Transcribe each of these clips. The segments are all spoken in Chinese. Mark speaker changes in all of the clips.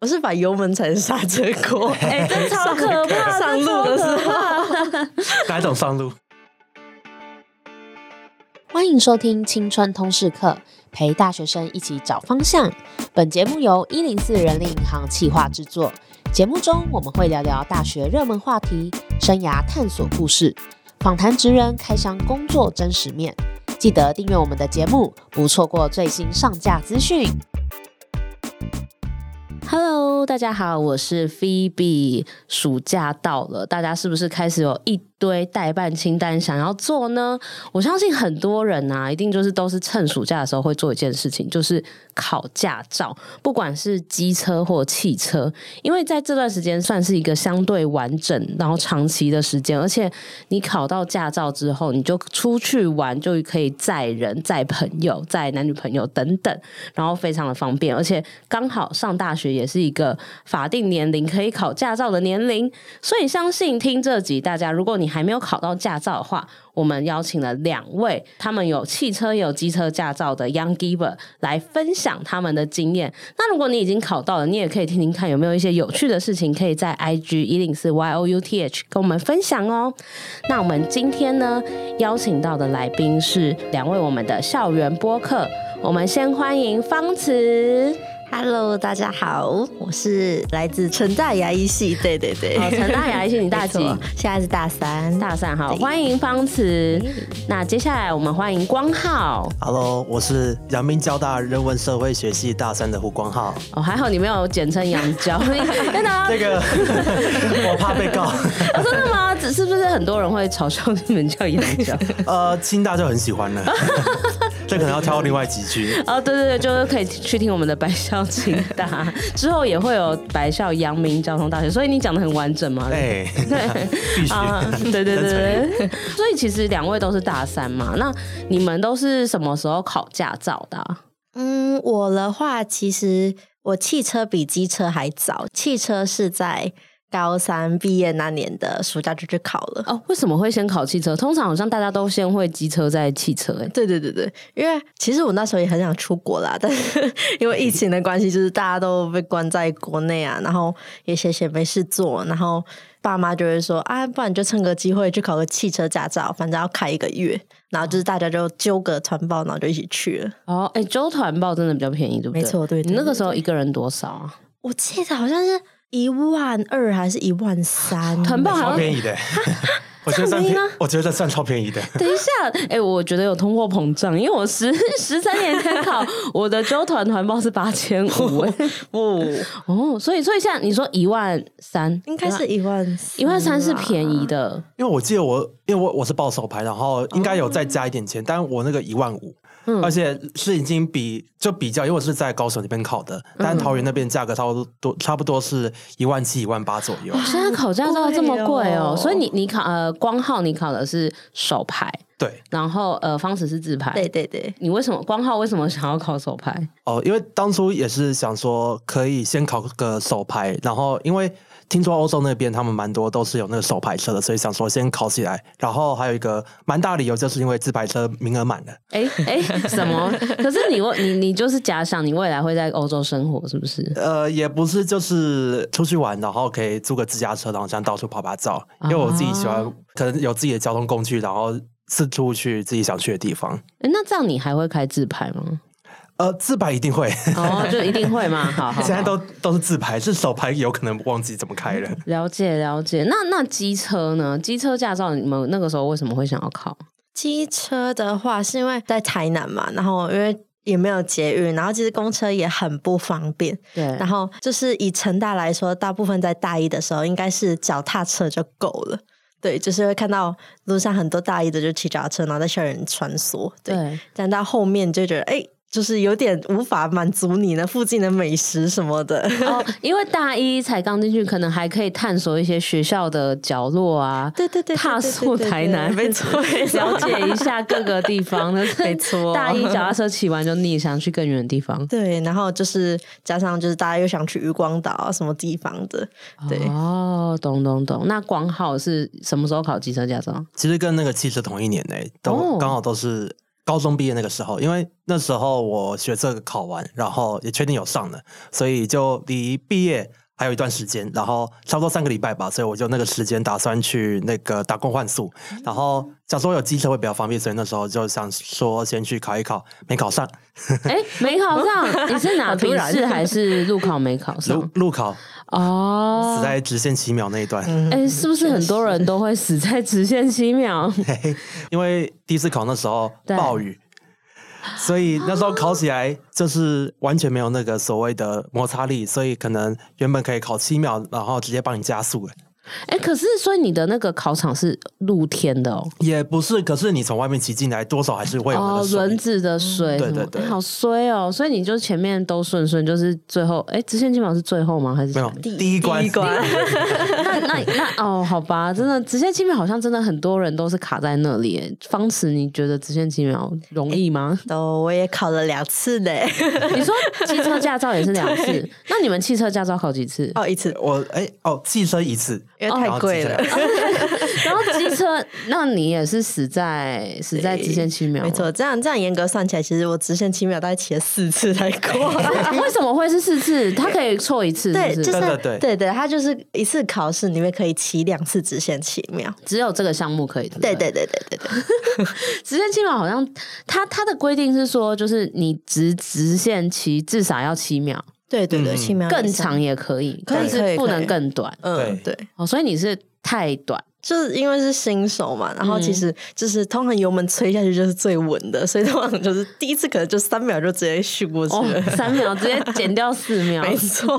Speaker 1: 我是把油门踩刹车过，
Speaker 2: 哎、真超可怕，
Speaker 1: 上
Speaker 2: 真
Speaker 1: 路
Speaker 2: 超
Speaker 1: 的时
Speaker 2: 可
Speaker 1: 候
Speaker 2: 怕。
Speaker 3: 哪一种上路？
Speaker 4: 欢迎收听《青春通识课》，陪大学生一起找方向。本节目由一零四人力银行企划制作。节目中我们会聊聊大学热门话题、生涯探索故事，访谈职人开箱工作真实面。记得订阅我们的节目，不错过最新上架资讯。Hello，大家好，我是 Phoebe。暑假到了，大家是不是开始有一堆代办清单想要做呢？我相信很多人啊，一定就是都是趁暑假的时候会做一件事情，就是考驾照，不管是机车或汽车，因为在这段时间算是一个相对完整，然后长期的时间，而且你考到驾照之后，你就出去玩，就可以载人、载朋友、载男女朋友等等，然后非常的方便，而且刚好上大学也是一个法定年龄可以考驾照的年龄，所以相信听这集大家，如果你还没有考到驾照的话，我们邀请了两位，他们有汽车也有机车驾照的 Young Giver 来分享他们的经验。那如果你已经考到了，你也可以听听看有没有一些有趣的事情，可以在 IG 一零四 Y O U T H 跟我们分享哦。那我们今天呢，邀请到的来宾是两位我们的校园播客，我们先欢迎方慈。
Speaker 1: Hello，大家好，我是来自成大牙医系，对对对，
Speaker 4: 哦 成大牙医系你大几
Speaker 1: 没错现在是大三，
Speaker 4: 大三好，
Speaker 1: 对哎
Speaker 4: 欢迎方慈。那接下来我们欢迎光浩
Speaker 3: Hello，我是阳明交大人文社会学系大三的胡光浩。
Speaker 4: 哦，还好你没有简称杨 娇，真的啊
Speaker 3: 那个 我怕被告，
Speaker 4: 哦真的吗？只是不是很多人会嘲笑你们叫杨 娇？
Speaker 3: 呃，清大就很喜欢了， 这可能要挑另外几 句。
Speaker 4: 哦，对对对，就是可以去听我们的白校清大，之后也会有白校阳明交通大学，所以你讲的很完整嘛。
Speaker 3: 哎、必 须、
Speaker 4: 啊，对对对
Speaker 3: 真诚
Speaker 4: 对，对所以其实两位都是大三嘛，那你们都是什么时候考驾照的啊、
Speaker 1: 嗯，我的话，其实我汽车比机车还早，汽车是在高三毕业那年的暑假就去考了。
Speaker 4: 哦，为什么会先考汽车？通常好像大家都先会机车再汽车、欸，
Speaker 1: 对对对对，因为其实我那时候也很想出国啦，但是 因为疫情的关系，就是大家都被关在国内啊，然后也闲闲没事做，然后爸妈就会说啊，不然你就趁个机会去考个汽车驾照，反正要开一个月，然后就是大家就揪个团报，然后就一起去了。
Speaker 4: 哦，哎、周团报真的比较便宜，对不对？
Speaker 1: 没错对对
Speaker 4: 你那个
Speaker 1: 对
Speaker 4: 时候一个人多少啊？
Speaker 1: 我记得好像是一万二还是一万三，
Speaker 4: 团报好
Speaker 3: 超
Speaker 4: 像
Speaker 3: 便 宜的。我觉得
Speaker 4: 这
Speaker 3: 算
Speaker 4: 样便宜
Speaker 3: 便
Speaker 4: 吗，
Speaker 3: 我觉得算超便宜的。
Speaker 4: 等一下，哎、我觉得有通货膨胀，因为我十十三年前考我的周团团报是八千五，欸
Speaker 1: 不，
Speaker 4: 哦，所以所以现在你说一万三，
Speaker 1: 应该是一万
Speaker 4: 一万三是便宜
Speaker 1: 的。
Speaker 4: 的，
Speaker 3: 因为我记得我，因为我我是报手牌，然后应该有再加一点钱，但我那个一万五，
Speaker 4: 嗯
Speaker 3: 而且是已经比就比较，因为我是在高雄那边考的，但桃园那边价格差不多差不多是一万七一万八左右。
Speaker 4: 哦现在考驾照这么贵哦，
Speaker 1: 好贵哦
Speaker 4: 所以你你考呃光浩你考的是手牌，
Speaker 3: 对
Speaker 4: 然后呃方尺是自牌，
Speaker 1: 对对对，
Speaker 4: 你为什么光浩为什么想要考手牌？
Speaker 3: 哦，因为当初也是想说可以先考个手牌，然后因为听说欧洲那边他们蛮多都是有那个手牌车的，所以想说先考起来。然后还有一个蛮大理由就是因为自排车名额满了。
Speaker 4: 哎 哎，什么？可是你未你你就是假想你未来会在欧洲生活，是不是？
Speaker 3: 呃，也不是，就是出去玩，然后可以租个自驾车，然后这样到处拍拍照。因为我自己喜
Speaker 4: 哦
Speaker 3: 欢，可能有自己的交通工具，然后四处去自己想去的地方。
Speaker 4: 哎那这样你还会开自拍吗？
Speaker 3: 呃，自拍一定会，
Speaker 4: 哦，就一定会吗？好好好，
Speaker 3: 现在都都是自拍，是手拍有可能忘记怎么开了。
Speaker 4: 了解了解。那那机车呢？机车驾照你们那个时候为什么会想要考？
Speaker 1: 机车的话，是因为在台南嘛，然后因为也没有捷运，然后其实公车也很不方便。
Speaker 4: 对，
Speaker 1: 然后就是以成大来说，大部分在大一的时候，应该是脚踏车就够了。对，就是会看到路上很多大一的就骑脚踏车，然后在校园穿梭。对，
Speaker 4: 对
Speaker 1: 但到后面就觉得，哎，就是有点无法满足你那附近的美食什么的。
Speaker 4: 哦，因为大一才刚进去，可能还可以探索一些学校的角落啊，
Speaker 1: 对对对对对
Speaker 4: 踏
Speaker 1: 对
Speaker 4: 溯
Speaker 1: 对对
Speaker 4: 台南，
Speaker 1: 没错，没 错
Speaker 4: 了解一下各个地 方。
Speaker 1: 没错
Speaker 4: 大一脚踏车骑完就逆想去更远的地 方。
Speaker 1: 对，然后就是加上就是大家又想去渔光岛啊什么地方的，对，
Speaker 4: 哦，懂懂懂。那广浩是什么时候考机车驾照？
Speaker 3: 其实跟那个汽车同一年呢、都
Speaker 4: 哦
Speaker 3: 刚好都是高中毕业那个时候，因为那时候我学这个考完，然后也确定有上了，所以就离毕业还有一段时间，然后差不多三个礼拜吧，所以我就那个时间打算去那个打工换宿，然后想说有机车会比较方便，所以那时候就想说先去考一考，没考上，
Speaker 4: 哎，没考上， 你是哪
Speaker 1: 好突
Speaker 4: 笔
Speaker 1: 然
Speaker 4: 试还是路考没考
Speaker 3: 路
Speaker 4: 上？
Speaker 3: 路考死
Speaker 4: 哦，
Speaker 3: 在直线七秒那一段。
Speaker 4: 哎，是不是很多人都会死在直线七 秒？
Speaker 3: 嘿嘿，因为第一次考那时候
Speaker 4: 对
Speaker 3: 暴雨，所以那时候考起来就是完全没有那个所谓的摩擦力，所以可能原本可以考七秒，然后直接帮你加速了，
Speaker 4: 哎，可是所以你的那个考场是露天的哦，
Speaker 3: 也不是。可是你从外面骑进来，多少还是会有那
Speaker 4: 哦
Speaker 3: 个，水
Speaker 4: 轮子的水
Speaker 3: 嗯
Speaker 4: 什么，
Speaker 3: 对对对
Speaker 4: 哎好衰哦，所以你就前面都顺顺，就是最后，哎，直线七秒是最后吗？还是
Speaker 3: 没有
Speaker 1: 第
Speaker 3: 第一关，
Speaker 1: 第一关？
Speaker 4: 那那那哦，好吧，真的直线七秒好像真的很多人都是卡在那里耶。方池，你觉得直线七秒容易吗
Speaker 1: 都哦我也考了两次呢，
Speaker 4: 你说汽车驾照也是两次，那你们汽车驾照考几次？
Speaker 1: 哦一次，
Speaker 3: 我哎、哦，汽车一次，
Speaker 1: 因为太贵了
Speaker 3: 然后，
Speaker 4: 哦
Speaker 3: 汽
Speaker 4: 然后机
Speaker 3: 车两次
Speaker 4: 车，那你也是死在死在直线七秒，
Speaker 1: 没错。。这样这样严格算起来，其实我直线七秒大概骑了四次才过。
Speaker 4: 啊为什么会是四次？它可以错一次，
Speaker 1: 对，
Speaker 4: 是不
Speaker 1: 就是是
Speaker 3: 对对对
Speaker 1: 对对，它就是一次考试里面可以骑两次直线七秒。
Speaker 4: 只有这个项目可以。不
Speaker 1: 对对对对对对，
Speaker 4: 直线七秒好像它它的规定是说，就是你直直线骑至少要七秒，
Speaker 1: 对对对，
Speaker 3: 嗯
Speaker 1: 七秒以上
Speaker 4: 更长。也可以，
Speaker 1: 啊可以
Speaker 4: 但
Speaker 1: 可
Speaker 4: 是
Speaker 1: 以
Speaker 4: 不
Speaker 1: 可
Speaker 4: 能
Speaker 1: 以
Speaker 4: 更短。
Speaker 1: 嗯，
Speaker 3: 对
Speaker 1: 对，
Speaker 4: 哦，所以你是太短，
Speaker 1: 就是因为是新手嘛，然后其实就是通常油门吹下去就是最稳的，所以通常就是第一次可能就三秒就直接续过去
Speaker 4: 哦
Speaker 1: 了，，
Speaker 4: 三秒直接减掉四秒，
Speaker 1: 没错。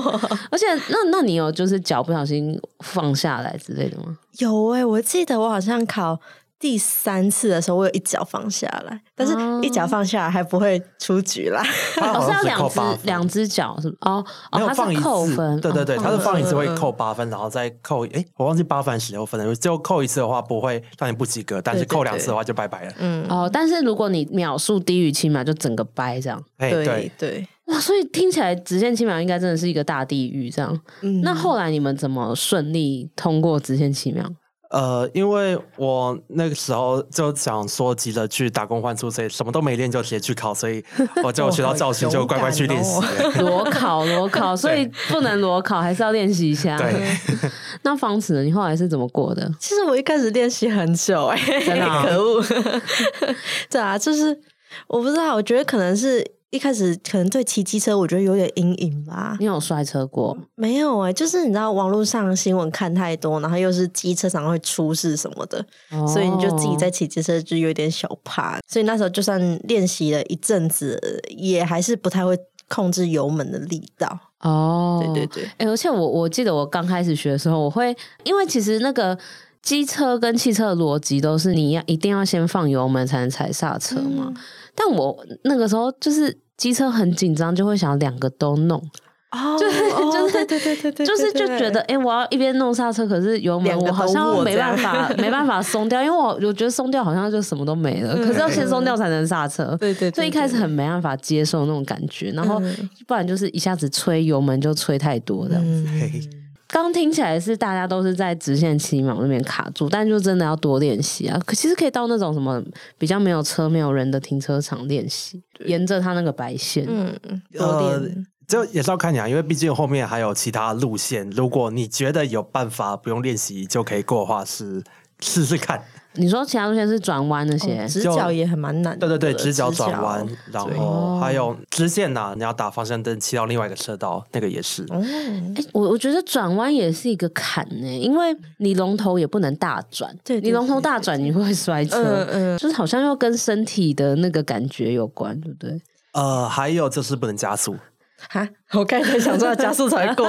Speaker 4: 而且那那你有就是脚不小心放下来之类的吗？
Speaker 1: 有哎、我记得我好像考第三次的时候，我有一脚放下来，但是
Speaker 4: 哦
Speaker 1: 一脚放下来还不会出局啦。
Speaker 3: 它
Speaker 4: 哦，是
Speaker 3: 好像
Speaker 4: 要
Speaker 3: 只
Speaker 4: 两
Speaker 3: 扣
Speaker 4: 只
Speaker 3: 八分。
Speaker 4: 两只脚是不哦哦，
Speaker 3: 没有
Speaker 4: 它
Speaker 3: 放一
Speaker 4: 是
Speaker 3: 次，
Speaker 4: 扣分，
Speaker 3: 对对对，
Speaker 4: 哦
Speaker 3: 它是放一次会
Speaker 1: 嗯嗯
Speaker 3: 扣八分，然后再扣，哎，我忘记八分还是十六分了，就扣一次的话不会让你不及格，但是
Speaker 1: 对对
Speaker 3: 扣两
Speaker 1: 对
Speaker 3: 次的话就拜拜了。
Speaker 1: 嗯，
Speaker 4: 哦，但是如果你秒数低于七秒，就整个掰这样。
Speaker 3: 哎，对
Speaker 1: 对，对，
Speaker 4: 哇，所以听起来直线七秒应该真的是一个大地狱这样。
Speaker 1: 嗯
Speaker 4: 那后来你们怎么顺利通过直线七 秒？
Speaker 3: 呃，因为我那个时候就想说急着去打工换宿，所以什么都没练就直接去考，所以我就学到教训就乖乖去练习
Speaker 1: 好
Speaker 3: 了。
Speaker 4: 裸考，裸考，所以不能裸考，还是要练习一下。
Speaker 3: 对，
Speaker 4: 那方子呢？你后来是怎么过的？
Speaker 1: 其实我一开始练习很久哎、
Speaker 4: 真的 啊
Speaker 1: 可恶。 对啊，就是我不知道，我觉得可能是一开始可能对骑机车我觉得有点阴影吧。
Speaker 4: 你有摔车过？
Speaker 1: 没有哎、就是你知道网络上新闻看太多，然后又是机车常会出事什么的，所以你就自己在
Speaker 4: 哦
Speaker 1: 骑机车就有点小怕，所以那时候就算练习了一阵子，也还是不太会控制油门的力道。
Speaker 4: 哦，
Speaker 1: 对对对，
Speaker 4: 哎、而且我我记得我刚开始学的时候，我会因为其实那个机车跟汽车的逻辑都是你要一定要先放油门才能踩刹车嘛。
Speaker 1: 嗯
Speaker 4: 但我那个时候就是机车很紧张，就会想两个都弄，
Speaker 1: 哦，
Speaker 4: 就是
Speaker 1: 哦
Speaker 4: 就是
Speaker 1: 对对对对 对，
Speaker 4: 就是就
Speaker 1: 对
Speaker 4: 觉得哎、诶我要一边弄刹车，可是油门
Speaker 1: 两个
Speaker 4: 我
Speaker 1: 都
Speaker 4: 好像
Speaker 1: 握
Speaker 4: 没
Speaker 1: 这样
Speaker 4: 办法 没办法松掉，因为我我觉得松掉好像就什么都没了，可是要先松掉才能刹车。
Speaker 1: 嗯对对对
Speaker 4: 所以一开始很没办法接受那种感觉，然后不然就是一下子吹油门就吹太多这样
Speaker 1: 嗯
Speaker 4: 子。
Speaker 3: 嘿
Speaker 4: 刚听起来是大家都是在直线七秒那边卡住，但就真的要多练习啊！可其实可以到那种什么比较没有车、没有人的停车场练习，沿着它那个白线。
Speaker 1: 嗯嗯多
Speaker 3: 呃
Speaker 1: 练。，
Speaker 3: 就也是要看你啊，因为毕竟后面还有其他路线，如果你觉得有办法不用练习就可以过的话，是试试看。
Speaker 4: 你说其他路线是转弯那些，
Speaker 1: 哦直角也很蛮难的，
Speaker 3: 对对对，直角转弯，然
Speaker 1: 呃对
Speaker 3: 后还有直线呐、你要打方向灯骑到另外一个车道，那个也是。
Speaker 1: 哦，
Speaker 4: 诶哎我我觉得转弯也是一个坎呢、因为你龙头也不能大转，
Speaker 1: 对对
Speaker 4: 你龙头大转你会摔车，
Speaker 1: 嗯嗯，
Speaker 4: 就是好像要跟身体的那个感觉有关，对不对？
Speaker 3: 呃，还有就是不能加速，
Speaker 1: 哈，我刚才想说要加速才 过。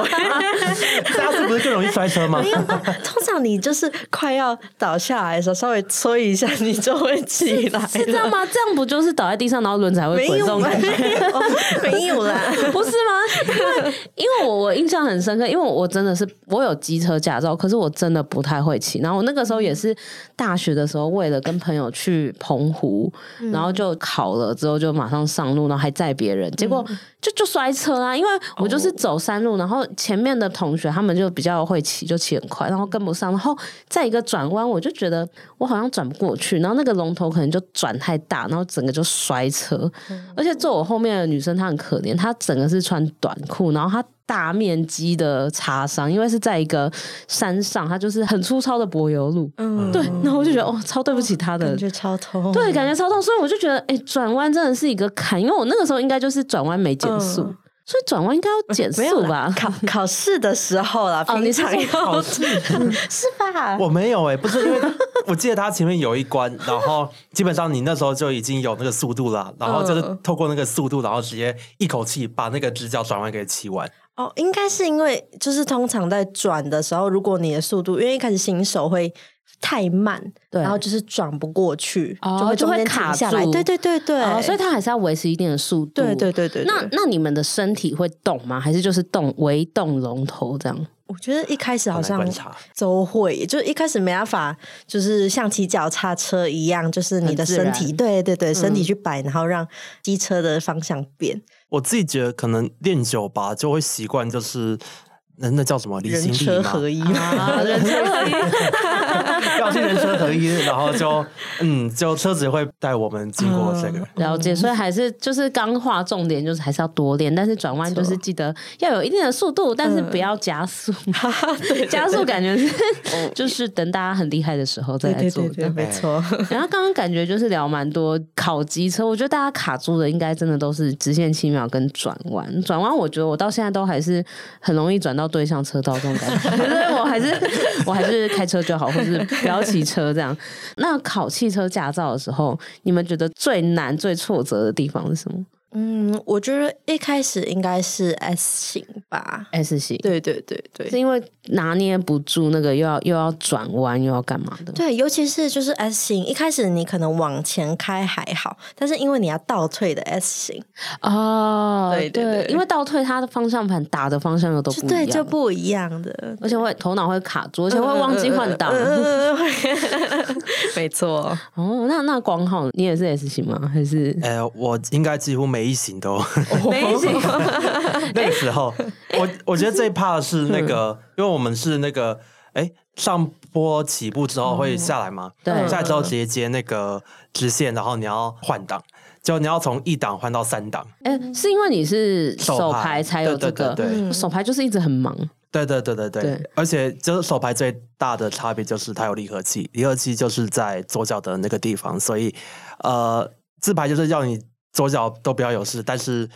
Speaker 3: 加速不是更容易摔车吗？
Speaker 1: 通常你就是快要倒下来的时候，稍微吹一下，你就会起来了。
Speaker 4: 是这样吗？这样不就是倒在地上，然后轮子还会
Speaker 1: 没
Speaker 4: 滚这
Speaker 1: 有啊
Speaker 4: 种
Speaker 1: 啦
Speaker 4: 感觉？
Speaker 1: 没有啦。
Speaker 4: 不是吗？因为因为我我印象很深刻，因为我我真的是我有机车驾照，可是我真的不太会骑。然后我那个时候也是大学的时候，为了跟朋友去澎湖，然后就考了之后就马上上路，然后还载别人，结果就就摔车啊！因为我就是走山路，然后前面的同学他们就比较会骑，就骑很快，然后跟不上，然后在一个转弯，我就觉得我好像转不过去，然后那个龙头可能就转太大，然后整个就摔车，
Speaker 1: 嗯
Speaker 4: 而且坐我后面的女生她很可怜，她整个是穿短裤，然后她。大面积的擦伤，因为是在一个山上，它就是很粗糙的柏油路。
Speaker 1: 嗯，
Speaker 4: 对，然后我就觉得哦，超对不起她的
Speaker 1: 感，觉超痛。
Speaker 4: 对，感觉超痛，所以我就觉得，哎、转弯真的是一个坎，因为我那个时候应该就是转弯没减速，
Speaker 1: 嗯
Speaker 4: 所以转弯应该要减
Speaker 1: 没有
Speaker 4: 速
Speaker 1: 啦
Speaker 4: 吧？
Speaker 1: 考考试的时候啦，
Speaker 4: 哦
Speaker 1: 平
Speaker 4: 你是
Speaker 1: 常
Speaker 4: 说
Speaker 1: 要 是吧？
Speaker 3: 我没有哎、不是因为我记得他前面有一关，然后基本上你那时候就已经有那个速度了，然后
Speaker 1: 嗯
Speaker 3: 就是透过那个速度，然后直接一口气把那个直角转弯给骑完。
Speaker 1: 哦，应该是因为就是通常在转的时候，如果你的速度，因为一开始新手会太慢，
Speaker 4: 对
Speaker 1: 然后就是转不过去，
Speaker 4: 哦
Speaker 1: 就会
Speaker 4: 就
Speaker 1: 中
Speaker 4: 会
Speaker 1: 间
Speaker 4: 卡
Speaker 1: 停下来。
Speaker 4: 住
Speaker 1: 对对对对，
Speaker 4: 哦，所以它还是要维持一定的速度。
Speaker 1: 对对对对，
Speaker 4: 那
Speaker 1: 对
Speaker 4: 那你们的身体会动吗？还是就是动围动龙头这样？
Speaker 1: 我觉得一开始好
Speaker 3: 好难
Speaker 1: 像
Speaker 3: 观察
Speaker 1: 都会，就一开始没办法，就是像骑脚踏车一样，就是你的
Speaker 4: 很自然
Speaker 1: 身体，对对对，身体去摆，然后让机车的方向变。
Speaker 3: 我自己觉得可能练久吧，就会习惯就是那那叫什么离
Speaker 1: 人
Speaker 3: 心
Speaker 1: 车
Speaker 3: 力嘛，
Speaker 4: 啊，
Speaker 1: 合一，
Speaker 4: 人车合一，
Speaker 3: 要去人车合一，然后就嗯，就车子会带我们经过这个。
Speaker 1: 嗯
Speaker 4: 了解，所以还是就是刚画重点，就是还是要多练，但是转弯就是记得要有一定的速度，但是不要加 速。加速感觉是 就是等大家很厉害的时候再
Speaker 1: 对
Speaker 4: 来
Speaker 1: 对
Speaker 4: 做
Speaker 1: 对
Speaker 4: 这
Speaker 1: 对，
Speaker 4: 样。
Speaker 1: 没错。
Speaker 4: 然后刚刚感觉就是聊蛮多考机车，我觉得大家卡住的应该真的都是直线七秒跟转弯。转弯我觉得我到现在都还是很容易转到对向车道这种感觉， 所以我还是我还是开车就好，或是不要骑车这样。那考汽车驾照的时候，你们觉得最难、最挫折的地方是什么
Speaker 1: 嗯，我觉得一开始应该是 S 型吧。
Speaker 4: ？S 型。
Speaker 1: 对对对
Speaker 4: 是
Speaker 1: 对。
Speaker 4: 因为拿捏不住那个，又要又要转弯，又要干嘛的？
Speaker 1: 对，尤其是就是 S 型，一开始你可能往前开还好，但是因为你要倒退的 S 型，
Speaker 4: 哦
Speaker 1: 对对对
Speaker 4: 因为倒退，它的方向盘打的方向又都
Speaker 1: 就
Speaker 4: 不一
Speaker 1: 对
Speaker 4: 样，
Speaker 1: 就不一样的，
Speaker 4: 而且会头脑会卡住，而且会忘记换挡。
Speaker 1: 嗯嗯嗯嗯嗯 没错，
Speaker 4: 哦，那那光浩，你也是 S 型吗？还是
Speaker 3: 呃，我应该几乎每一行都
Speaker 4: 没型？ 哎
Speaker 3: 那个时候，我我觉得最怕的是
Speaker 4: 嗯
Speaker 3: 那个，因为我们是那个，哎、上坡起步之后会下来嘛，
Speaker 4: 嗯对
Speaker 3: 下来之后直接接那个直线，然后你要换挡，就你要从一档换到三档，
Speaker 4: 哎、是因为你是手
Speaker 3: 手
Speaker 4: 牌
Speaker 3: 牌
Speaker 4: 才有这个，
Speaker 3: 对对对
Speaker 4: 手牌就是一直很忙。
Speaker 3: 对对对对对，
Speaker 4: 对
Speaker 3: 而且就是手牌最大的差别就是它有离合器，离合器就是在左脚的那个地方，所以呃，自排就是要你左脚都不要有事，但是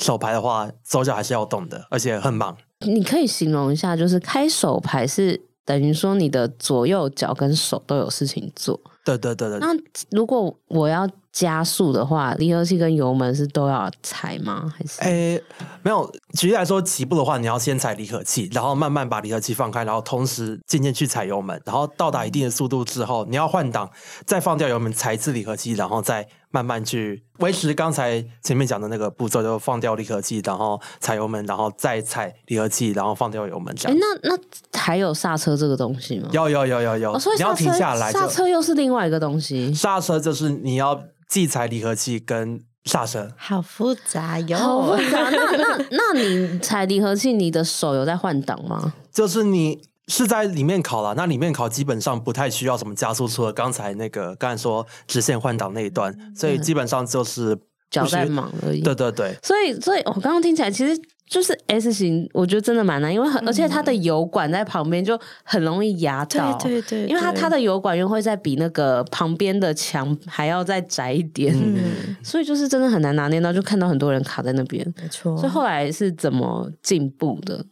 Speaker 3: 手牌的话，左脚还是要动的，而且很忙。
Speaker 4: 你可以形容一下，就是开手牌是等于说你的左右脚跟手都有事情做。
Speaker 3: 对对对对，
Speaker 4: 那如果我要加速的话，离合器跟油门是都要踩吗？还是？
Speaker 3: 诶，没有，举例来说，起步的话，你要先踩离合器，然后慢慢把离合器放开，然后同时渐渐去踩油门，然后到达一定的速度之后，你要换挡，再放掉油门，踩一次离合器，然后再慢慢去维持刚才前面讲的那个步骤，就放掉离合器，然后踩油门，然后再踩离合器，然后放掉油门，这
Speaker 4: 哎、
Speaker 3: 样。
Speaker 4: 那那还有刹车这个东西吗？
Speaker 3: 有有有有有，
Speaker 4: 哦，所以
Speaker 3: 你
Speaker 4: 刹
Speaker 3: 要停
Speaker 4: 车
Speaker 3: 下来就
Speaker 4: 刹车又是另外一个东西。
Speaker 3: 刹车就是你要既踩离合器跟刹车。
Speaker 1: 好复杂哟。
Speaker 4: 好复杂。啊那那那你踩离合器，你的手有在换挡吗？
Speaker 3: 就是你是在里面考啦，那里面考基本上不太需要什么加速，除了刚才那个刚才说直线换挡那一段，所以基本上就是不
Speaker 4: 脚在
Speaker 3: 需
Speaker 4: 忙而已。
Speaker 3: 对对对，
Speaker 4: 所以所以我刚刚听起来，其实就是 S 型，我觉得真的蛮难，因为
Speaker 1: 嗯
Speaker 4: 很而且它的油管在旁边就很容易压到。
Speaker 1: 对对对
Speaker 4: 因为它
Speaker 1: 对
Speaker 4: 它的油管又会再比那个旁边的墙还要再窄一点，
Speaker 1: 嗯，
Speaker 4: 所以就是真的很难拿捏到，就看到很多人卡在那边。
Speaker 1: 没错
Speaker 4: 所以后来是怎么进步的？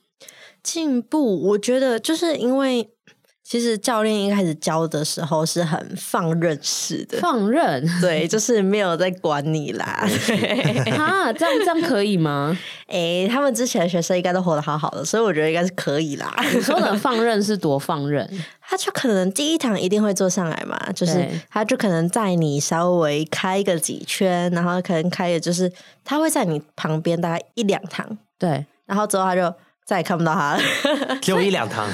Speaker 1: 进步，我觉得就是因为其实教练一开始教的时候是很放任式的。
Speaker 4: 放任
Speaker 1: 对，就是没有在管你啦。 对，
Speaker 4: 啊，这样这样可以吗？
Speaker 1: 哎，他们之前的学生应该都活得好好的，所以我觉得应该是可以 啦。
Speaker 4: 你说的放任是多放任？
Speaker 1: 他就可能第一堂一定会坐上来嘛，就是
Speaker 4: 对
Speaker 1: 他就可能在你稍微开个几圈，然后可能开的就是他会在你旁边大概一两堂，
Speaker 4: 对，
Speaker 1: 然后之后他就再也看不到他了。
Speaker 3: 只有一两堂，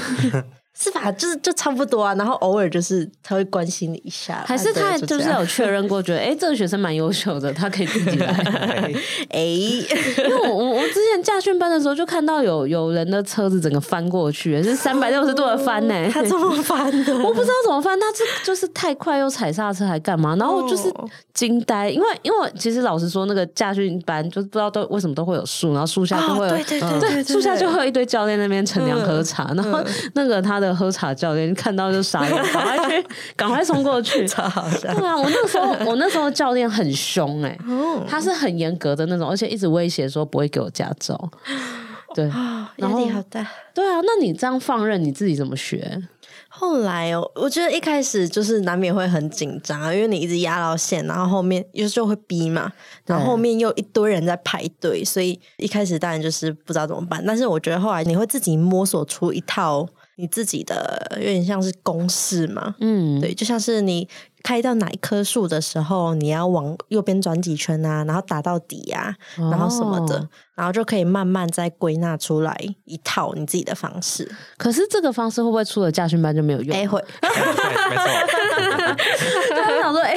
Speaker 1: 是吧？就是就差不多啊，然后偶尔就是他会关心你一下，
Speaker 4: 还是他
Speaker 1: 啊对就
Speaker 4: 就
Speaker 1: 这
Speaker 4: 是
Speaker 1: 样
Speaker 4: 有确认过，觉得哎、诶这个学生蛮优秀的，他可以自己 来。
Speaker 1: 哎，
Speaker 4: 因为我我我之前驾训班的时候就看到有有人的车子整个翻过去，是三百六十度的翻呢、
Speaker 1: 哦他这么烦的，
Speaker 4: 我不知道怎么翻，他这就是太快又踩刹车，还干嘛？然后我就是
Speaker 1: 哦
Speaker 4: 惊呆，因为因为其实老实说，那个驾训班就不知道都为什么都会有树，然后树下就会有、嗯
Speaker 1: 哦，对对
Speaker 4: 对
Speaker 1: 对对，
Speaker 4: 树下就会有一堆教练那边乘凉
Speaker 1: 嗯
Speaker 4: 喝茶，然后那个他的喝茶教练看到就傻 眼，赶快去，赶快冲过去。
Speaker 1: 超好 笑，
Speaker 4: 对啊，我那时候我那时候教练很凶哎、
Speaker 1: 嗯，
Speaker 4: 他是很严格的那种，而且一直威胁说不会给我驾照。对
Speaker 1: 啊，压
Speaker 4: 然后
Speaker 1: 力好大。
Speaker 4: 对啊，那你这样放任你自己怎么学？
Speaker 1: 后来哦，我觉得一开始就是难免会很紧张啊，因为你一直压到线，然后后面有时候会逼嘛，然后后面又一堆人在排队，所以一开始当然就是不知道怎么办。但是我觉得后来你会自己摸索出一套你自己的，有点像是公式嘛，
Speaker 4: 嗯，
Speaker 1: 对，就像是你开到哪一棵树的时候，你要往右边转几圈啊，然后打到底啊，然后什么的，
Speaker 4: 哦
Speaker 1: 然后就可以慢慢再归纳出来一套你自己的方式。
Speaker 4: 可是这个方式会不会出了驾训班就没有用？
Speaker 1: 哎、会。
Speaker 3: 对，没错，
Speaker 4: 我想说，哎、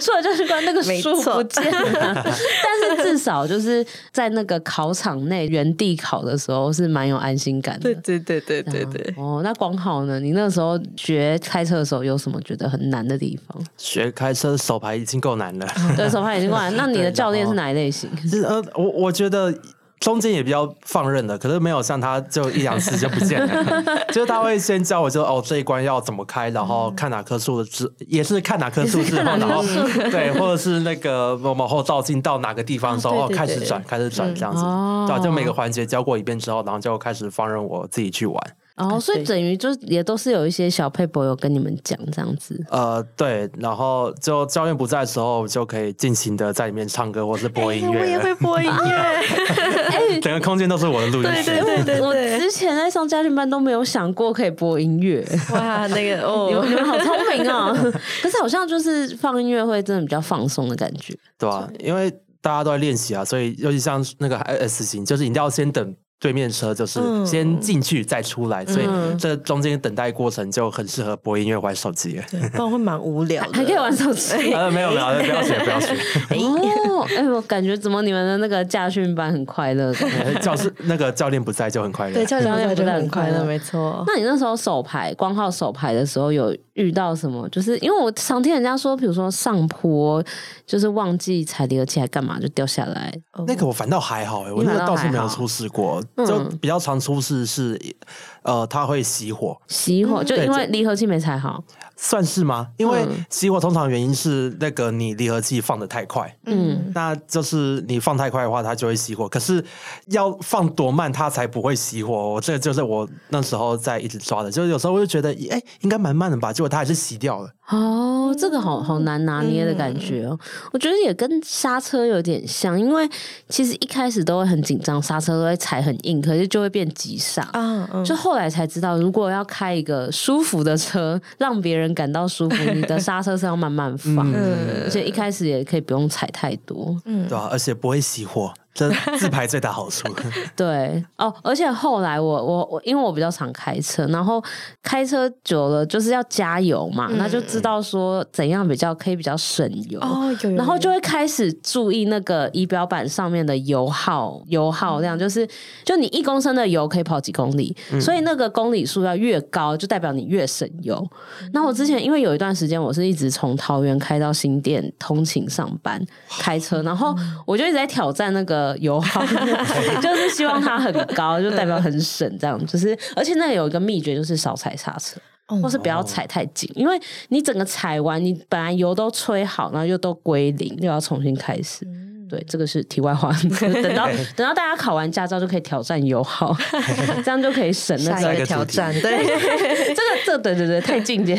Speaker 4: 出了就是关那个
Speaker 1: 没
Speaker 4: 书
Speaker 1: 错
Speaker 4: 不见了， 但是至少就是在那个考场内原地考的时候是蛮有安心感的。
Speaker 1: 对对对对
Speaker 4: 这样。哦，那光好呢？你那时候学开车的时候有什么觉得很难的地 方？
Speaker 3: 学开车手牌已经够难了。
Speaker 4: 对手牌已经过来，那你的教练是哪一类型？
Speaker 3: 其实呃，我我觉得中间也比较放任的，可是没有像他就一两次就不见了， 就是他会先教我就哦这一关要怎么开，然
Speaker 1: 嗯
Speaker 3: 后看哪棵树之，也是看哪棵树之后，
Speaker 4: 看哪
Speaker 3: 然
Speaker 4: 棵
Speaker 3: 后
Speaker 4: 树
Speaker 3: 对，或者是那个某某后照镜到哪个地方的时候，
Speaker 1: 哦
Speaker 3: 哦
Speaker 1: 对对
Speaker 3: 开始
Speaker 1: 对嗯
Speaker 3: 转开始转这样子，
Speaker 4: 哦
Speaker 3: 对啊，就每个环节教过一遍之后，然后就开始放任我自己去玩。
Speaker 4: 哦，所以
Speaker 1: 啊对
Speaker 4: 等于就是也都是有一些小配博有跟你们讲这样子。
Speaker 3: 呃，对，然后就教练不在的时候，就可以尽情的在里面唱歌或是播音
Speaker 1: 哎我
Speaker 3: 乐
Speaker 1: 也
Speaker 3: 了，
Speaker 1: 会 播音乐，
Speaker 3: 整个空间都是我的录音
Speaker 1: 对
Speaker 3: 室。
Speaker 1: 对对对
Speaker 4: 我
Speaker 1: 对，
Speaker 4: 之前在上家训班都没有想过可以播音乐。
Speaker 1: 哇，那个
Speaker 4: 你们你
Speaker 1: 哦，
Speaker 4: 们好聪明 哦！可是好像就是放音乐会真的比较放松的感觉。
Speaker 3: 对啊，因为大家都在练习啊，所以尤其像那个 S 型，就是你一定要先等对面车，就是
Speaker 1: 嗯
Speaker 3: 先进去再出来，所
Speaker 4: 嗯
Speaker 3: 以这中间等待过程就很适合播音乐、玩 手机。
Speaker 1: 不然会蛮无聊的，
Speaker 4: 还可以玩手机。
Speaker 3: 呃，没有没有，不要学 不要学，
Speaker 4: 哦，哎、我感觉怎么你们的那个驾训班很快乐的
Speaker 3: 呃教师那个教练不在就很快乐
Speaker 1: 对，。教练
Speaker 4: 教练
Speaker 1: 不在就
Speaker 4: 不在
Speaker 1: 很
Speaker 4: 很
Speaker 1: 快
Speaker 4: 快
Speaker 1: 乐，
Speaker 4: 乐
Speaker 1: 没错。
Speaker 4: 那你那时候手牌光靠手牌的时候，有遇到什么？就是因为我常听人家说，比如说上坡，就是忘记踩离合器还干嘛就掉下来。
Speaker 3: 那个我反倒还好哎、我
Speaker 4: 你反
Speaker 3: 那个
Speaker 4: 倒
Speaker 3: 倒是
Speaker 4: 还
Speaker 3: 没有
Speaker 4: 好
Speaker 3: 出事过，
Speaker 4: 嗯
Speaker 3: 就比较常出事是，呃，它会熄火，
Speaker 4: 熄
Speaker 1: 嗯
Speaker 4: 火，就
Speaker 3: 对
Speaker 4: 因为
Speaker 3: 这
Speaker 4: 离合器没踩好。
Speaker 3: 算是吗？因为
Speaker 4: 嗯
Speaker 3: 熄火通常原因是那个你离合器放的太快，
Speaker 4: 嗯，
Speaker 3: 那就是你放太快的话，它就会熄火。可是要放多慢，它才不会熄火？我这个就是我那时候在一直抓的，就是有时候我就觉得，哎、应该蛮慢的吧，结果它还是熄掉了。
Speaker 4: 哦，这个好好难拿捏的感
Speaker 1: 嗯
Speaker 4: 觉哦。我觉得也跟刹车有点像，因为其实一开始都会很紧张，刹车都会踩很硬，可是就会变急刹。
Speaker 1: 啊，嗯
Speaker 4: 就后来才知道，如果要开一个舒服的车，让别人感到舒服，你的刹车是要慢慢放，
Speaker 1: 嗯
Speaker 4: 而且一开始也可以不用踩太多。
Speaker 3: 对吧、而且不会熄火，这自排最大好处。
Speaker 4: 对哦，而且后来我我我，因为我比较常开车，然后开车久了就是要加油嘛，那就
Speaker 1: 嗯
Speaker 4: 知道说怎样比较可以比较省油。
Speaker 1: 哦，有有
Speaker 4: 然后
Speaker 1: 有
Speaker 4: 就会开始注意那个仪表板上面的油耗，油耗量就是，就你一公升的油可以跑几公里，所以那个公里数要越高，就代表你越省油。那我之前因为有一段时间我是一直从桃园开到新店通勤上班，开车，然后我就一直在挑战那个油耗，就是希望它很高，就代表很省这样。就是而且那有一个秘诀就是少踩刹车。或是不
Speaker 1: 哦
Speaker 4: 要踩太紧，因为你整个踩完，你本来油都吹好，然后又都归零，又要重新开始。
Speaker 1: 嗯
Speaker 4: 对，这个是题外话。 等 到等到大家考完驾照就可以挑战油耗， 这样就可以省那
Speaker 1: 下
Speaker 4: 个
Speaker 1: 一
Speaker 3: 个
Speaker 1: 个挑
Speaker 3: 主题
Speaker 1: 战，对，
Speaker 4: 这个这个对对对，太进阶，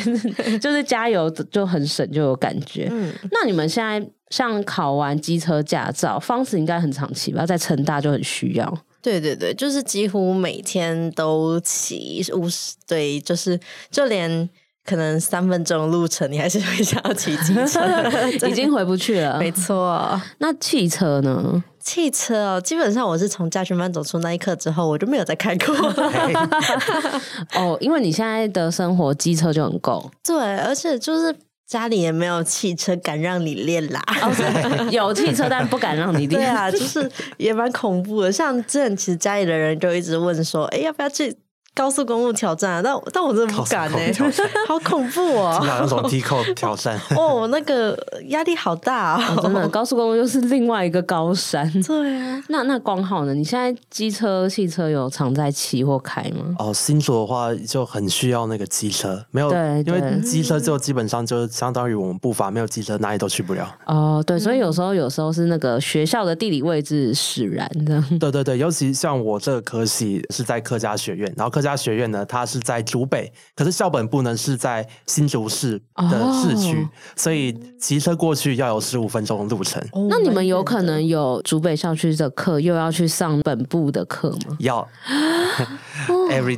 Speaker 4: 就是加油就很省，就有感觉。
Speaker 1: 嗯
Speaker 4: 那你们现在像考完机车驾照，方式应该很常骑吧？在成大就很需要。
Speaker 1: 对对对，就是几乎每天都骑五十，对，就是就连可能三分钟路程，你还 是会想要骑机车，
Speaker 4: 已经回不去了
Speaker 1: 没。错。
Speaker 4: 那汽车呢？
Speaker 1: 汽车哦，基本上我是从家训班走出那一刻之后，我就没有再开过 了。
Speaker 4: 哦，因为你现在的生活机车就很 够，
Speaker 1: 对，而且就是家里也没有汽车敢让你练啦。
Speaker 4: 有汽车但不敢让你
Speaker 1: 哦对
Speaker 4: 练。
Speaker 1: 啊，就是也蛮恐怖的。像之前其实家里的人就一直问说，哎、要不要去高速公路挑战、啊？但我但我真的不敢呢、
Speaker 3: 高速公路挑
Speaker 1: 好恐怖
Speaker 3: 经
Speaker 1: 哦！
Speaker 3: 常那种 T 扣挑战，
Speaker 1: 哦，那个压力好大
Speaker 4: 哦真
Speaker 1: 哦。
Speaker 4: 的，高速公路又是另外一个高 山。
Speaker 1: 对啊，
Speaker 4: 那那光浩呢？你现在机车、汽车有常在骑或开吗？
Speaker 3: 哦，新竹的话就很需要那个机车，没有，
Speaker 4: 对
Speaker 3: 因为
Speaker 4: 对
Speaker 3: 机车就基本上就相当于我们步伐，没有机车哪里都去不了。
Speaker 4: 哦，
Speaker 1: 嗯
Speaker 4: 对，所以有时候有时候是那个学校的地理位置使然的。
Speaker 1: 嗯
Speaker 3: 对对对，尤其像我这个科系是在客家学院，然后客家学院呢，它是在竹北，可是校本部呢是在新竹市的市区，
Speaker 4: 哦
Speaker 3: 所以骑车过去要有十五分钟哦的路程。
Speaker 4: 那你们有可能有竹北校区的课，又要去上本部的课吗？
Speaker 1: 哦
Speaker 3: 要 every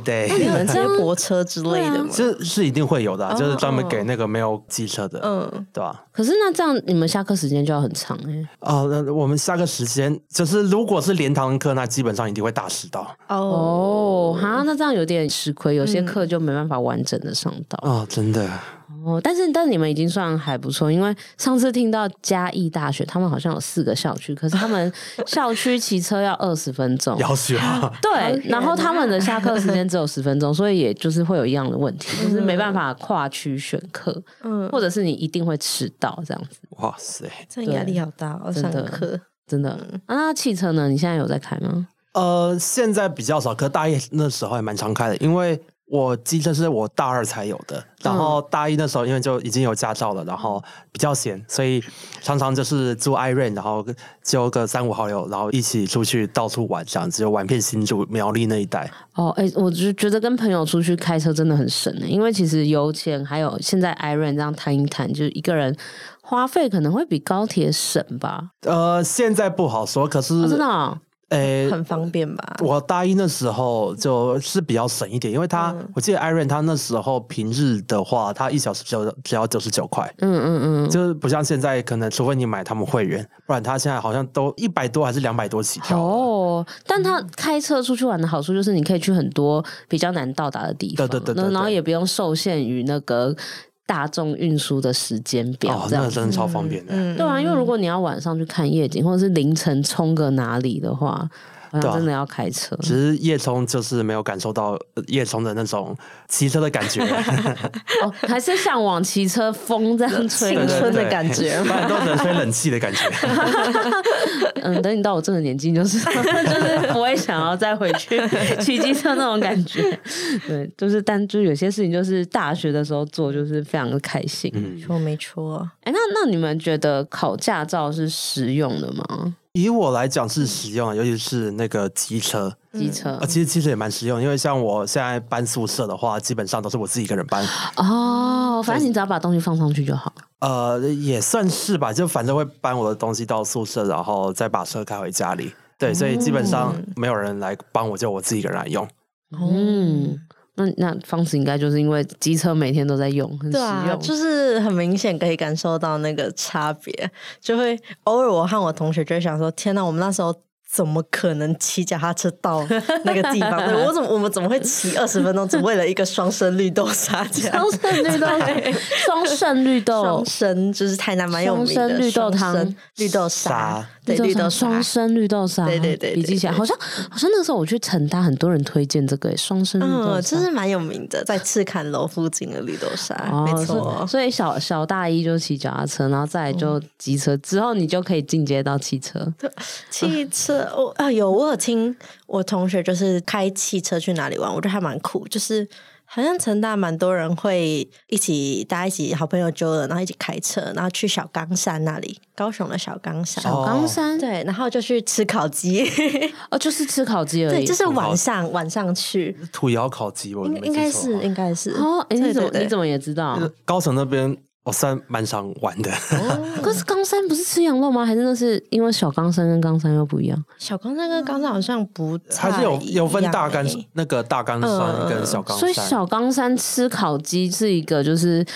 Speaker 1: 你
Speaker 3: day，
Speaker 1: 们这些啊泊车之类的吗？
Speaker 3: 这是一定会有的啊、就是专门
Speaker 1: 哦
Speaker 3: 给那个没有机车的，
Speaker 1: 嗯，
Speaker 3: 对吧、
Speaker 4: 可是那这样你们下课时间就要很长哎、
Speaker 3: 哦，那我们下个时间就是，如果是连堂课，那基本上一定会大迟到啊、
Speaker 4: 哦，哈，那这样有点吃亏，有
Speaker 1: 嗯
Speaker 4: 些课就没办法完整的上到。
Speaker 3: 哦真的，
Speaker 4: 哦，但是但你们已经算还不错，因为上次听到嘉义大学，他们好像有四个校区，可是他们校区骑车要二十分钟。
Speaker 3: 要 学啊
Speaker 4: 对，然后他们的下课时间只有十分钟，所以也就是会有一样的问题，就是没办法跨区选课，
Speaker 1: 嗯
Speaker 4: 或者是你一定会迟到这样子，
Speaker 3: 哇塞，
Speaker 1: 这样压力好大哦，
Speaker 4: 真
Speaker 1: 上
Speaker 4: 的
Speaker 1: 课。
Speaker 4: 真的。啊，那汽车呢？你现在有在开吗？
Speaker 3: 呃，现在比较少，可大一那时候还蛮常开的，因为我机车是我大二才有的，然后
Speaker 4: 嗯
Speaker 3: 大一那时候因为就已经有驾照了，然后比较闲，所以常常就是租 i r o n 然后揪个三五好友，然后一起出去到处玩，这样子就玩遍新竹、苗栗那一带。
Speaker 4: 哦，哎、我就觉得跟朋友出去开车真的很神呢、因为其实油钱还有现在 Iron 这样摊一摊，就是一个人花费可能会比高铁省吧，
Speaker 3: 呃，现在不好说，可是
Speaker 4: 哦、真的、哦。
Speaker 3: 诶、
Speaker 1: 很方便吧？
Speaker 3: 我大一那时候就是比较省一点，因为他、
Speaker 1: 嗯
Speaker 3: 我记得 Iron 他那时候平日的话，他一小时只有只要九十九块，
Speaker 4: 嗯嗯嗯，
Speaker 3: 就是不像现在可能，除非你买他们会员，不然他现在好像都一百多还是两百多起跳。
Speaker 4: 哦，但他开车出去玩的好处就是你可以去很多比较难到达的地方，
Speaker 3: 对对对对
Speaker 4: 那然后
Speaker 3: 对
Speaker 4: 也不用受限于那个大众运输的时间表
Speaker 3: 哦，
Speaker 4: 这
Speaker 3: 那
Speaker 4: 样
Speaker 3: 个
Speaker 4: 子。
Speaker 3: 真的超方便的。
Speaker 1: 啊嗯，
Speaker 4: 对啊，因为如果你要晚上去看夜景，或者是凌晨冲个哪里的话，好
Speaker 3: 对
Speaker 4: 像
Speaker 3: 啊
Speaker 4: 真的要开车。
Speaker 3: 只是夜冲就是没有感受到呃夜冲的那种骑车的 感觉，
Speaker 4: 哦，还是向往骑车风这样吹
Speaker 1: 青
Speaker 3: 对对
Speaker 1: 春的
Speaker 3: 对
Speaker 1: 感觉
Speaker 3: 不然都只能吹冷气的感觉。
Speaker 4: 嗯，等你到我这个年纪，就是 就是不会想要再回去骑机车那种感觉。对，就是但就有些事情，就是大学的时候做，就是非常的开心。
Speaker 1: 没错没错，
Speaker 4: 哎、那那你们觉得考驾照是实用的吗？
Speaker 3: 以我来讲是实用的，尤其是那个机车，
Speaker 4: 机车
Speaker 3: 啊，其
Speaker 1: 嗯
Speaker 3: 实其实也蛮实用，因为像我现在搬宿舍的话，基本上都是我自己一个人搬，
Speaker 4: 哦，反正你只要把东西放上去就好。
Speaker 3: 呃，也算是吧，就反正会搬我的东西到宿舍，然后再把车开回家里。对，所以基本上
Speaker 1: 嗯
Speaker 3: 没有人来帮我，就我自己一个人来用。
Speaker 4: 嗯，那那方式应该就是因为机车每天都在用，很实
Speaker 1: 对
Speaker 4: 用。
Speaker 1: 啊，就是很明显可以感受到那个差别，就会偶尔我和我同学就会想说：“天哪，我们那时候怎么可能骑脚踏车到那个 地方？对我怎么我们怎么会骑二十分钟，只为了一个双生绿豆沙这样？”
Speaker 4: 双胜绿豆，双胜绿豆
Speaker 1: 双，生就是台南蛮有名
Speaker 4: 双
Speaker 1: 的
Speaker 4: 生绿豆汤
Speaker 1: 双生绿豆沙
Speaker 3: 沙，
Speaker 1: 对
Speaker 4: 绿
Speaker 1: 绿
Speaker 4: 豆沙
Speaker 1: 豆沙
Speaker 4: 双，生绿豆沙，
Speaker 1: 对对对对
Speaker 4: 笔记起来，
Speaker 1: 对
Speaker 4: 好像好像那时候我去成大，很多人推荐这个耶双生绿豆沙，
Speaker 1: 嗯，这是蛮有名的，在赤坎楼附近的绿豆沙，
Speaker 4: 哦
Speaker 1: 没错
Speaker 4: 所以。所以小小大一就骑脚踏车，然后再来就机车，之后你就可以进阶到汽车。
Speaker 1: 汽车，我、 啊有，我有听我同学就是开汽车去哪里玩，我觉得还蛮酷，就是。好像成大蛮多人会一起，大家一起好朋友揪了，然后一起开车，然后去小冈山那里，高雄的小冈山，
Speaker 3: 哦
Speaker 4: 冈山
Speaker 1: 对，然后就去吃烤鸡，
Speaker 4: 哦，就是吃烤鸡而
Speaker 1: 对，
Speaker 4: 已。
Speaker 1: 就是晚上晚上去，
Speaker 3: 土窑烤鸡，我
Speaker 1: 应
Speaker 3: 没
Speaker 1: 应该
Speaker 3: 记错的
Speaker 1: 是
Speaker 3: 话
Speaker 1: 应该是
Speaker 4: 哦，哎、你
Speaker 1: 对
Speaker 4: 怎么
Speaker 1: 对对
Speaker 4: 你怎么也知道？
Speaker 3: 高层那边，我算蛮常玩的。
Speaker 1: 哦
Speaker 4: 可是冈山不是吃羊肉吗？还是那是因为小冈山跟冈山又不一样？
Speaker 1: 小冈山跟冈山好像不
Speaker 3: 还是有
Speaker 1: 太一
Speaker 3: 有分大
Speaker 1: 样
Speaker 3: 冈
Speaker 1: 欸嗯
Speaker 3: 那个大冈山跟小冈
Speaker 4: 所以
Speaker 3: 山，
Speaker 4: 小冈山吃烤鸡是一个就是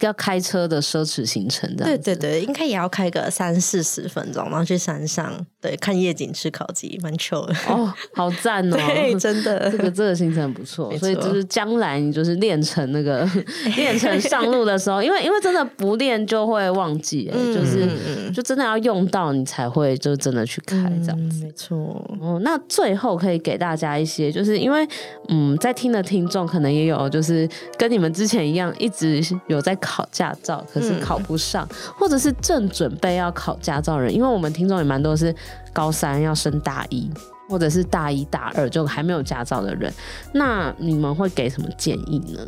Speaker 4: 要开车的奢侈行程，这样
Speaker 1: 对对对，应该也要开个三四十分钟，然后去山上对，看夜景吃烤鸡，蛮 chill 的。
Speaker 4: 哦，好赞哦！
Speaker 1: 对，真的。
Speaker 4: 这个这个行程不错，
Speaker 1: 没错
Speaker 4: 所以就是将来你就是练成那个练成上路的时候，因为因为真的不练就会忘记、欸
Speaker 1: 嗯
Speaker 4: 就是就真的要用到你才会就真的去开这样。
Speaker 1: 嗯没错。
Speaker 4: 哦，那最后可以给大家一些，就是因为嗯，在听的听众可能也有，就是跟你们之前一样，一直有在考驾照，可是
Speaker 1: 嗯
Speaker 4: 考不上，或者是正准备要考驾照的人，因为我们听众也蛮多是高三要升大一。或者是大一大二就还没有驾照的人，那你们会给什么建议呢？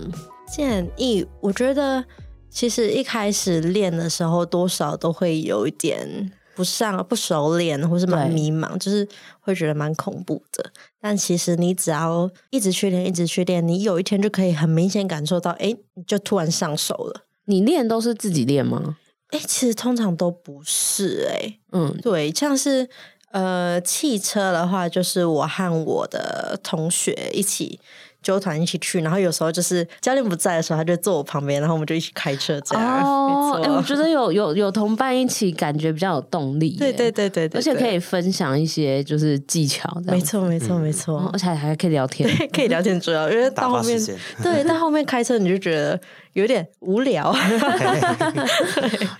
Speaker 1: 建议，我觉得其实一开始练的时候，多少都会有一点不上不熟练，或是蛮
Speaker 4: 对
Speaker 1: 迷茫，就是会觉得蛮恐怖的。但其实你只要一直去练，一直去练，你有一天就可以很明显感受到，哎，你就突然上手了。
Speaker 4: 你练都是自己练吗？
Speaker 1: 哎，其实通常都不是哎、诶
Speaker 4: 嗯，
Speaker 1: 对，像是呃汽车的话，就是我和我的同学一起纠团一起去，然后有时候就是教练不在的时候，他就坐我旁边，然后我们就一起开车这样。
Speaker 4: 哦，
Speaker 1: 没
Speaker 4: 哎、
Speaker 1: 错
Speaker 4: 我觉得有有有同伴一起，感觉比较有动力耶。
Speaker 1: 对对对对对，
Speaker 4: 而且可
Speaker 1: 对，
Speaker 4: 以分享一些就是技巧，这样
Speaker 1: 没，错没错没
Speaker 4: 然后
Speaker 1: 错
Speaker 4: 而，且还可以聊天。
Speaker 1: 可以聊天主要，因为
Speaker 3: 打
Speaker 1: 到
Speaker 3: 发
Speaker 1: 后
Speaker 3: 时
Speaker 1: 面
Speaker 3: 间。
Speaker 1: 对，到后面开车你就觉得有点 无聊。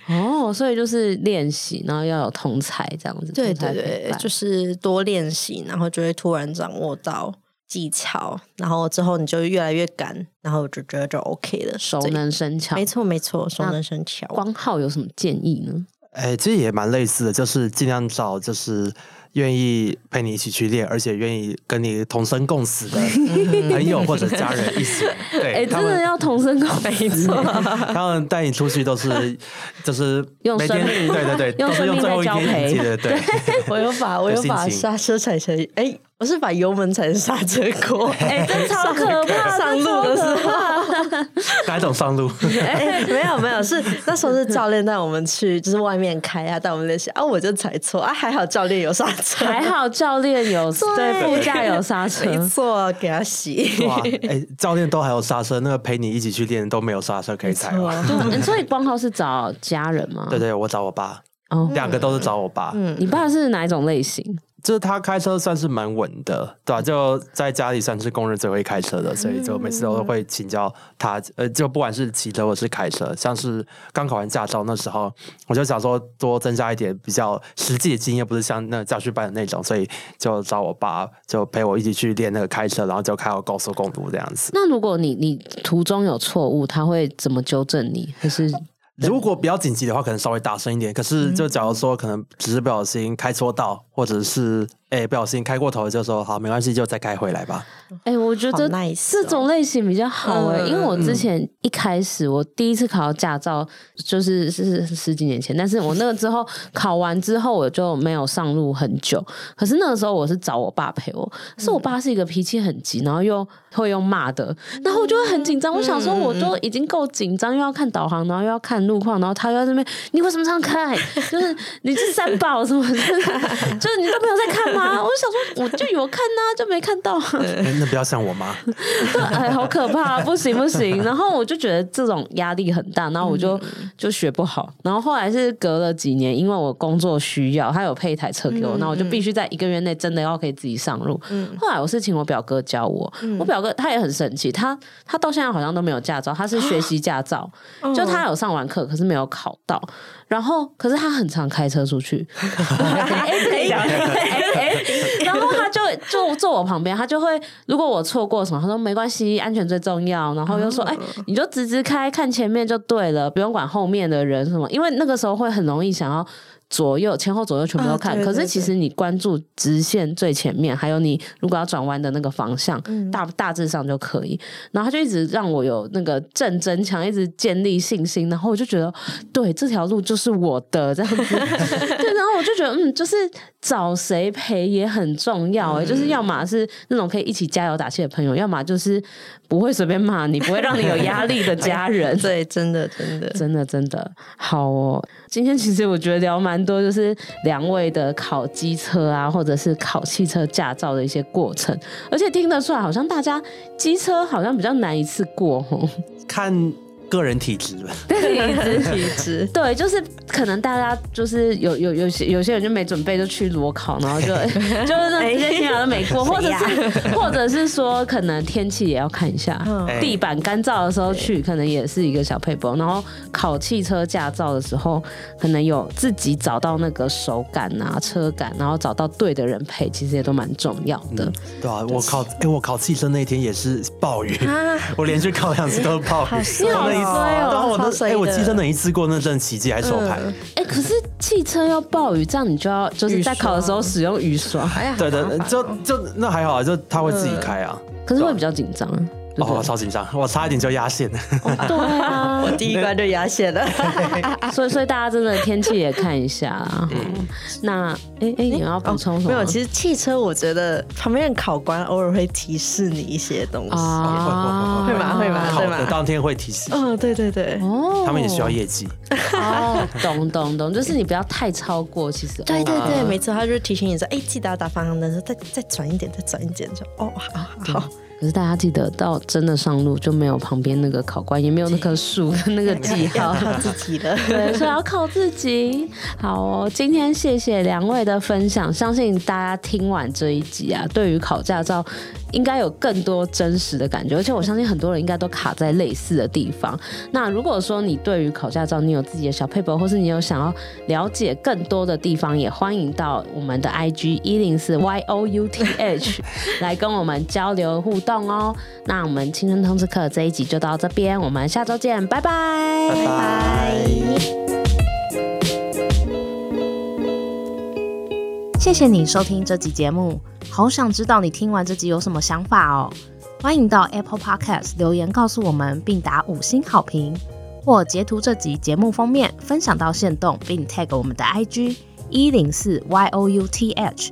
Speaker 4: 哦，所以就是练习，然后要有同才这样子。
Speaker 1: 对
Speaker 4: 同才
Speaker 1: 对
Speaker 4: 陪
Speaker 1: 对，
Speaker 4: 伴
Speaker 1: 就是多练习，然后就会突然掌握到技巧，然后之后你就越来越敢，然后我就觉得就 OK 了。
Speaker 4: 熟
Speaker 1: 这
Speaker 4: 能生巧。
Speaker 1: 没错没错，熟能生巧。
Speaker 4: 光浩有什么建议呢？
Speaker 3: 哎，其实也蛮类似的，就是尽量找就是愿意陪你一起去练，而且愿意跟你同生共死 的朋友或者家人一起。对，
Speaker 4: 哎，
Speaker 3: 他
Speaker 4: 真的
Speaker 3: 们
Speaker 4: 要同声共 啊没错，
Speaker 3: 他们带你出去都是就是
Speaker 4: 用
Speaker 3: 每
Speaker 4: 生
Speaker 3: 天
Speaker 4: 命
Speaker 3: 对对 对，
Speaker 4: 用
Speaker 3: 都是
Speaker 4: 生
Speaker 3: 用
Speaker 4: 命
Speaker 3: 最
Speaker 4: 在
Speaker 3: 后一
Speaker 4: 交
Speaker 3: 天
Speaker 4: 配
Speaker 3: 迎接 的，对。
Speaker 1: 我有把我有
Speaker 3: 心
Speaker 1: 把
Speaker 3: 情
Speaker 1: 刹车踩成，哎、我是把油门踩成刹车锅。
Speaker 4: 哎，真超可怕！
Speaker 1: 上
Speaker 4: 真超
Speaker 1: 路
Speaker 4: 可
Speaker 1: 的时候
Speaker 4: 怕，
Speaker 3: 哪一种 上路？
Speaker 1: 哎、没有没有，是那时候是教练带我们去，就是外面开啊，带我们练习啊，我就踩错啊，还好教练有刹车，
Speaker 4: 还好教练有对副驾有刹车，
Speaker 1: 没错，给他洗。
Speaker 3: 哇，哎，教练都还有刹车，那个陪你一起去练都没有刹车可以踩哦。
Speaker 4: 嗯所以光浩是找家人吗？
Speaker 3: 对对，我找我爸，
Speaker 4: 哦，
Speaker 3: 两个都是找我爸。
Speaker 1: 嗯
Speaker 4: 你爸是哪一种类型？
Speaker 3: 就是他开车算是蛮稳的，对吧、就在家里算是公认最会开车的，所以就每次都会请教他。呃，就不管是骑车或是开车，像是刚考完驾照那时候，我就想说多增加一点比较实际的经验，不是像那个驾训班的那种，所以就找我爸就陪我一起去练那个开车，然后就开到高速公路这样子。
Speaker 4: 那如果你你途中有错误，他会怎么纠正你？还是
Speaker 3: 如果比较紧急的话，可能稍微大声一点。可是，就假如说可能只是不小心开错道，或者是哎、不小心开过头，就说好没关系，就再开回来吧。
Speaker 4: 哎、我觉得
Speaker 1: 好 nice 哦
Speaker 4: 这种类型比较好哎、
Speaker 1: 嗯
Speaker 4: 因为我之前一开始我第一次考到驾照就是是是十几年前，但是我那个之 后考完之后我就没有上路很久。可是那个时候我是找我爸陪我，是
Speaker 1: 嗯
Speaker 4: 我爸是一个脾气很急，然后又会用骂的，然后我就会很紧张。我想说
Speaker 1: 嗯
Speaker 4: 我都已经够紧张，又要看导航，然后又要看路况，然后他又在那边你为什么这样开？就是你是三宝什么的， 就是你都没有在看吗？我就想说我就有看呐、就没看到、啊。
Speaker 3: 哎那不要像我妈。
Speaker 4: 对， 哎，好可怕，不行不行。然后我就觉得这种压力很大，然后我就、就学不好。然后后来是隔了几年，因为我工作需要，他有配一台车给我，那、我就必须在一个月内真的要可以自己上路。后来我是请我表哥教我，我表哥他也很神奇，他他到现在好像都没有驾照，他是学习驾照，就他有上完课，可是没有考到。然后，可是他很常开车出去，哎这个讲哎哎然后他就就坐我旁边，他就会如果我错过什么，他说没关系，安全最重要。然后又说，哎、你就直直开，看前面就对了，不用管后面的人什么，因为那个时候会很容易想要。左右前后左右全部都看，
Speaker 1: 啊对
Speaker 4: 可
Speaker 1: 对。
Speaker 4: 是其实你关注直线最前面，还有你如果要转弯的那个方向，大大致上就可以。然后他就一直让我有那个正增强，一直建立信心。然后我就觉得，对这条路就是我的这样子。对，然后我就觉得，嗯，就是找谁陪也很重要、欸，就是要么是那种可以一起加油打气的朋友，要么就是不会随便骂你，不会让你有压力的家人
Speaker 1: 对，真的真的，
Speaker 4: 真的，真的好哦！今天其实我觉得聊蛮多，就是两位的考机车啊，或者是考汽车驾照的一些过程，而且听得出来，好像大家机车好像比较难一次过哦。
Speaker 3: 看个人体质吧。
Speaker 1: 体质体质。
Speaker 4: 对，就是可能大家就是有有有些有些人就没准备就去裸考，然后就就是那直接新娘都没过，或者是 或者是说可能天气也要看一下，
Speaker 3: 哎
Speaker 4: 地板干燥的时候去可能也是一个小配包，然后考汽车驾照的时候，可能有自己找到那个手感啊、车感，然后找到对的人配，其实也都蛮重要的。
Speaker 3: 对啊，我考哎、我考汽车那天也是暴雨，我连续考两次都是暴雨。
Speaker 1: 衰
Speaker 3: 我那一次，
Speaker 1: 啊哦
Speaker 3: 然后我那
Speaker 1: 超衰
Speaker 3: 哎、我
Speaker 1: 的嗯
Speaker 3: 记得那一次过那阵奇迹还手牌，
Speaker 4: 哎、可是汽车要暴雨，这样你就要就是在考的时候使用雨刷，
Speaker 1: 哎呀，
Speaker 3: 对对
Speaker 1: 好麻
Speaker 3: 对，
Speaker 1: 烦
Speaker 3: 就
Speaker 1: 哦嗯
Speaker 3: 就那还好啊，就他会自己开啊。
Speaker 4: 可是会比较紧张。啊对
Speaker 3: 哦，
Speaker 4: 不
Speaker 3: 我
Speaker 4: 对
Speaker 3: 超紧张，我差一点就压线了。
Speaker 4: 对啊，
Speaker 1: 我第一关就压线了。
Speaker 4: 所以所以大家真的天气也看一下啊。那哎哎、你要补充什么？
Speaker 1: 没有，其实汽车我觉得旁边的考官偶尔会提示你一些东西。
Speaker 4: 啊，
Speaker 1: 哦会吧会吧
Speaker 3: 考
Speaker 1: 对吧
Speaker 3: 的当天会提示，
Speaker 1: 嗯、对对对，
Speaker 4: 哦，
Speaker 3: 他们也需要业绩。
Speaker 4: 哦，懂懂懂，就是你不要太超过，其实
Speaker 1: 对对对，没错，他就提醒你说，哎，记得要打方向灯，说再再转一点，再转一点，就哦，好好好，
Speaker 4: 可是大家记得，到真的上路就没有旁边那个考官，也没有那棵树跟那个记号
Speaker 1: 要。靠自己了。
Speaker 4: 对，所以要靠自己。好哦，今天谢谢两位的分享，相信大家听完这一集啊，对于考驾照应该有更多真实的感觉，而且我相信很多人应该都卡在类似的地方。那如果说你对于考驾照你有自己的小配博，或是你有想要了解更多的地方，也欢迎到我们的 IG 一零四 Y O U T H 来跟我们交流互动哦。那我们青春通识课这一集就到这边，我们下周见，拜拜，拜拜
Speaker 5: 谢谢你收听这集节目，好想知道你听完这集有什么想法哦。欢迎到 Apple Podcast 留言告诉我们，并打五星好评，或截图这集节目封面分享到线动，并 tag 我们的 IG 一零四 y o u t h，